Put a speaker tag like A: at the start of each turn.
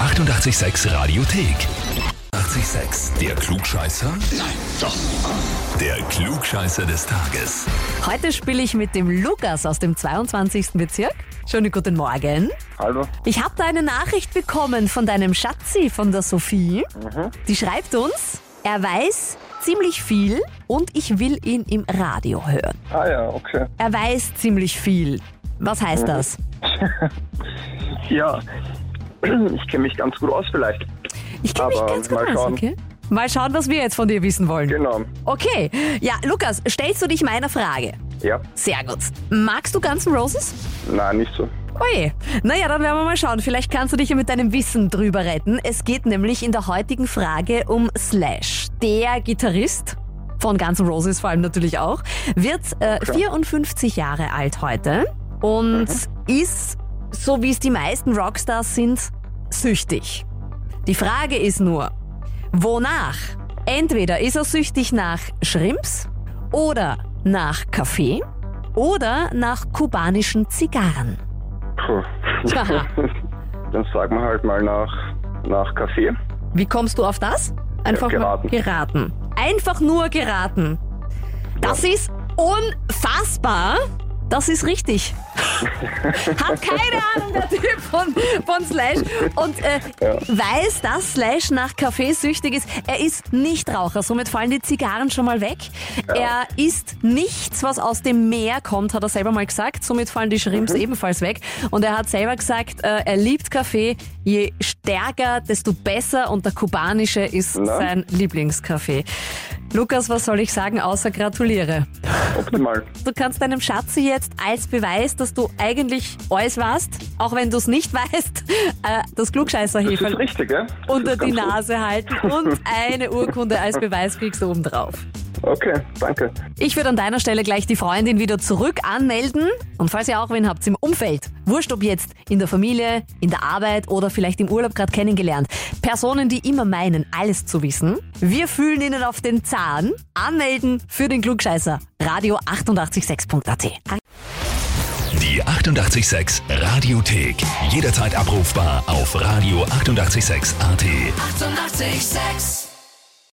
A: 886 Radiothek. 886, der Klugscheißer? Nein, doch. Der Klugscheißer des Tages.
B: Heute spiele ich mit dem Lukas aus dem 22. Bezirk. Schönen guten Morgen.
C: Hallo.
B: Ich habe da eine Nachricht bekommen von deinem Schatzi, von der Sophie.
C: Mhm.
B: Die schreibt uns, er weiß ziemlich viel und ich will ihn im Radio hören.
C: Ah ja, okay.
B: Er weiß ziemlich viel. Was
C: Mhm.
B: heißt das?
C: Ja, ich kenne mich ganz gut aus vielleicht.
B: Ich kenne mich
C: Aber
B: ganz gut
C: mal
B: aus,
C: schauen.
B: okay? Mal schauen, was wir jetzt von dir wissen wollen.
C: Genau.
B: Okay, ja, Lukas, stellst du dich meiner Frage?
C: Ja.
B: Sehr gut. Magst du ganzen Roses?
C: Nein, nicht so.
B: Oje. Naja, dann werden wir mal schauen. Vielleicht kannst du dich ja mit deinem Wissen drüber retten. Es geht nämlich in der heutigen Frage um Slash. Der Gitarrist von Guns N' Roses vor allem natürlich auch, wird äh, 54 Jahre alt heute und ist, so wie es die meisten Rockstars sind, süchtig. Die Frage ist nur, wonach? Entweder ist er süchtig nach Shrimps oder nach Kaffee oder nach kubanischen Zigarren.
C: Puh.
B: Tja.
C: Dann sagen wir halt mal nach, nach Kaffee.
B: Wie kommst du auf das? Einfach
C: Ja, geraten.
B: mal geraten. Einfach nur geraten. Das ist unfassbar. Das ist richtig. Hat keine Ahnung der Typ von, von Slash und äh, weiß, dass Slash nach Kaffee süchtig ist. Er ist Nichtraucher, somit fallen die Zigarren schon mal weg. Er isst nichts, was aus dem Meer kommt, hat er selber mal gesagt, somit fallen die Shrimps ebenfalls weg. Und er hat selber gesagt, äh, er liebt Kaffee, je stärker, desto besser und der kubanische ist
C: Na?
B: sein Lieblingskaffee. Lukas, was soll ich sagen, außer gratuliere.
C: Optimal.
B: Du kannst deinem Schatzi jetzt als Beweis, dass du eigentlich alles warst, auch wenn du es nicht weißt, äh, das
C: Das ist
B: Klugscheißerheferl
C: richtig, gell? Das
B: unter
C: ist
B: die
C: ganz gut.
B: Nase halten und eine Urkunde als Beweis kriegst du obendrauf.
C: Okay, danke.
B: Ich würde an deiner Stelle gleich die Freundin wieder zurück anmelden. Und falls ihr auch wen habt im Umfeld, wurscht ob jetzt in der Familie, in der Arbeit oder vielleicht im Urlaub gerade kennengelernt, Personen, die immer meinen, alles zu wissen, wir fühlen ihnen auf den Zahn. Anmelden für den Klugscheißer. Radio 886.at.
A: Die 886 Radiothek. Jederzeit abrufbar auf radio886.at. 886!
D: 886